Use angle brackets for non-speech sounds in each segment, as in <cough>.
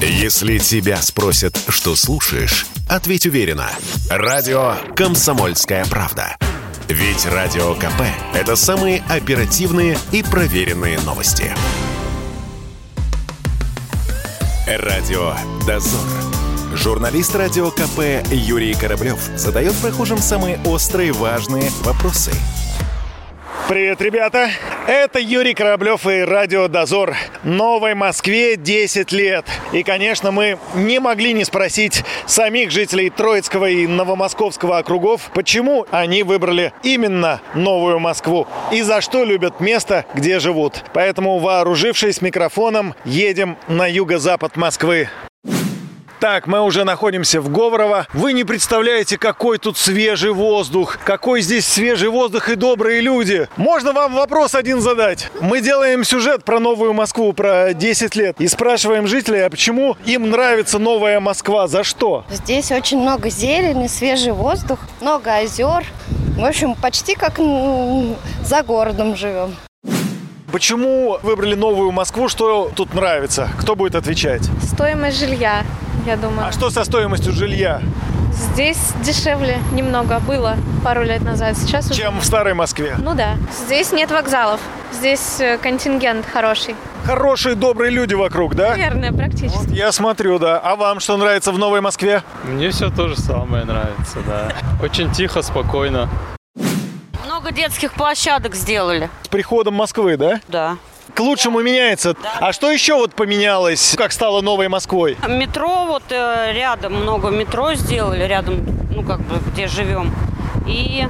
Если тебя спросят, что слушаешь, ответь уверенно. Радио «Комсомольская правда». Ведь Радио КП – это самые оперативные и проверенные новости. Радио «Дозор». Журналист Радио КП Юрий Кораблев задает прохожим самые острые важные вопросы – Привет, ребята! Это Юрий Кораблев и Радио Дозор. Новой Москве 10 лет. И, конечно, мы не могли не спросить самих жителей Троицкого и Новомосковского округов, почему они выбрали именно Новую Москву и за что любят место, где живут. Поэтому, вооружившись микрофоном, едем на юго-запад Москвы. Так, мы уже находимся в Говорово. Вы не представляете, какой тут свежий воздух, какой здесь свежий воздух и добрые люди. Можно вам вопрос один задать? Мы делаем сюжет про Новую Москву, про 10 лет, и спрашиваем жителей, а почему им нравится Новая Москва, за что? Здесь очень много зелени, свежий воздух, много озер. В общем, почти как м, за городом живем. Почему выбрали Новую Москву, что тут нравится? Кто будет отвечать? Стоимость жилья, я думаю. А что со стоимостью жилья, Здесь дешевле немного было пару лет назад. Сейчас уже... чем в Старой Москве? Ну да. Здесь нет вокзалов. Здесь э, контингент хороший. Хорошие, добрые люди вокруг, да? Наверное, практически. Я смотрю, да. А вам что нравится в Новой Москве? Мне все то же самое нравится, да. Очень тихо, спокойно. Много детских площадок сделали. С приходом Москвы, да? Да. К лучшему меняется. А что еще вот поменялось, как стало новой Москвой? Метро вот э, рядом, много метро сделали, рядом, ну как бы, где живем. И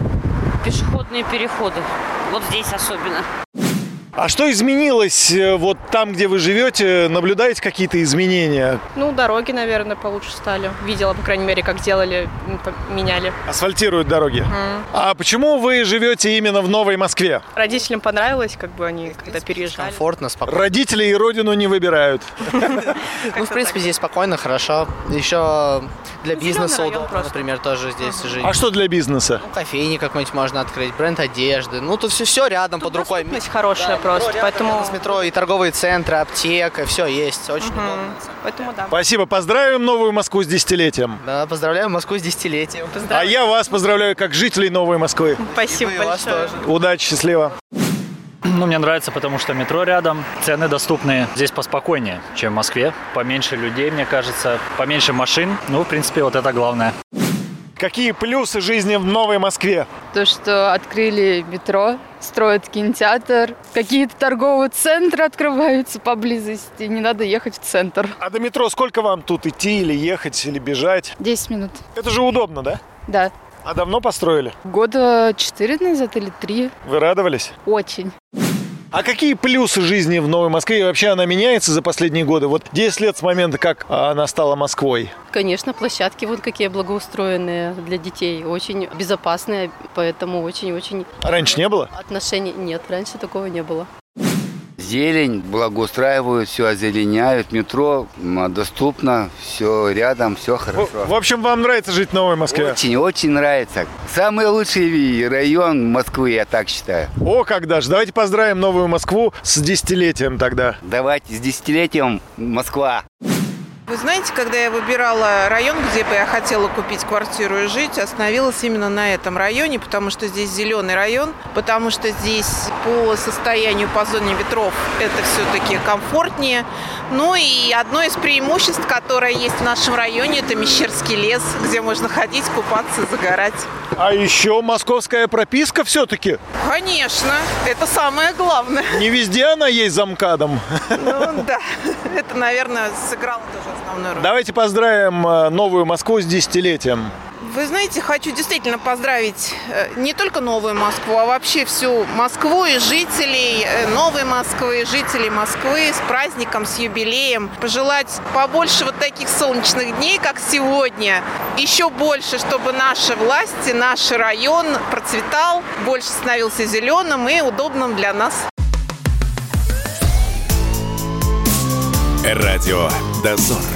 пешеходные переходы. Вот здесь особенно. А что изменилось э, вот там, где вы живете? Наблюдаете какие-то изменения? Ну, дороги, наверное, получше стали. Видела, по крайней мере, как делали, м, по- меняли. Асфальтируют дороги. А почему вы живете именно в Новой Москве? Родителям понравилось, как бы они, когда переезжали. комфортно, спокойно. Родители и родину не выбирают. Ну, в принципе, здесь спокойно, хорошо. Еще для Ну, бизнеса зелёный район удобно, просто. например, тоже здесь жить. А что для бизнеса? Ну, кофейни какой-нибудь можно открыть, бренд одежды. Ну, тут все, все рядом, под рукой. Доступность хорошая Да, просто, метро рядом, поэтому, рядом с метро и торговые центры, аптека, все есть, очень удобно. поэтому да. Спасибо. Поздравим Новую Москву с десятилетием. Да, поздравляю Москву с десятилетием. А я вас поздравляю как жителей Новой Москвы. Спасибо И вас большое. тоже. Удачи, счастливо. Ну, мне нравится, потому что метро рядом, цены доступные. Здесь поспокойнее, чем в Москве. Поменьше людей, мне кажется, поменьше машин. Ну, в принципе, вот это главное. Какие плюсы жизни в Новой Москве? То, что открыли метро, строят кинотеатр, какие-то торговые центры открываются поблизости, не надо ехать в центр. А до метро сколько вам тут идти или ехать, или бежать? 10 минут, Это же удобно, да? да. А давно построили? Года 4 назад или 3. Вы радовались? Очень. А какие плюсы жизни в Новой Москве? И вообще она меняется за последние годы? Вот 10 лет с момента, как а, она стала Москвой. Конечно, площадки вон какие благоустроенные для детей, очень безопасные, поэтому очень-очень А Раньше не было? отношений нет, раньше такого не было. Зелень благоустраивают, все озеленяют, метро м, доступно, все рядом, все Ну, В, хорошо. в общем, вам нравится жить в Новой Москве? Очень, очень нравится. Самый лучший ви- район Москвы, я так считаю. О, когда ж. Давайте поздравим Новую Москву с десятилетием тогда. Давайте с десятилетием Москва. Вы знаете, когда я выбирала район, где бы я хотела купить квартиру и жить, остановилась именно на этом районе, потому что здесь зеленый район, потому что здесь по состоянию, по зоне ветров это все-таки комфортнее. Ну и одно из преимуществ, которое есть в нашем районе, это Мещерский лес, где можно ходить, купаться, загорать. А еще московская прописка все-таки. Конечно, это самое главное. Не везде она есть за МКАДом. Ну да, <laughs> это, наверное, сыграло тоже основную роль. Давайте поздравим э, Новую Москву с десятилетием. Вы знаете, хочу действительно поздравить э, не только Новую Москву, а вообще всю Москву и жителей э, Новой Москвы, и жителей Москвы с праздником, с юбилеем. Пожелать побольше вот таких солнечных дней, как сегодня. Еще больше, чтобы наши власти, наш район процветал, больше становился зеленым и удобным для нас. Радио «Дозор».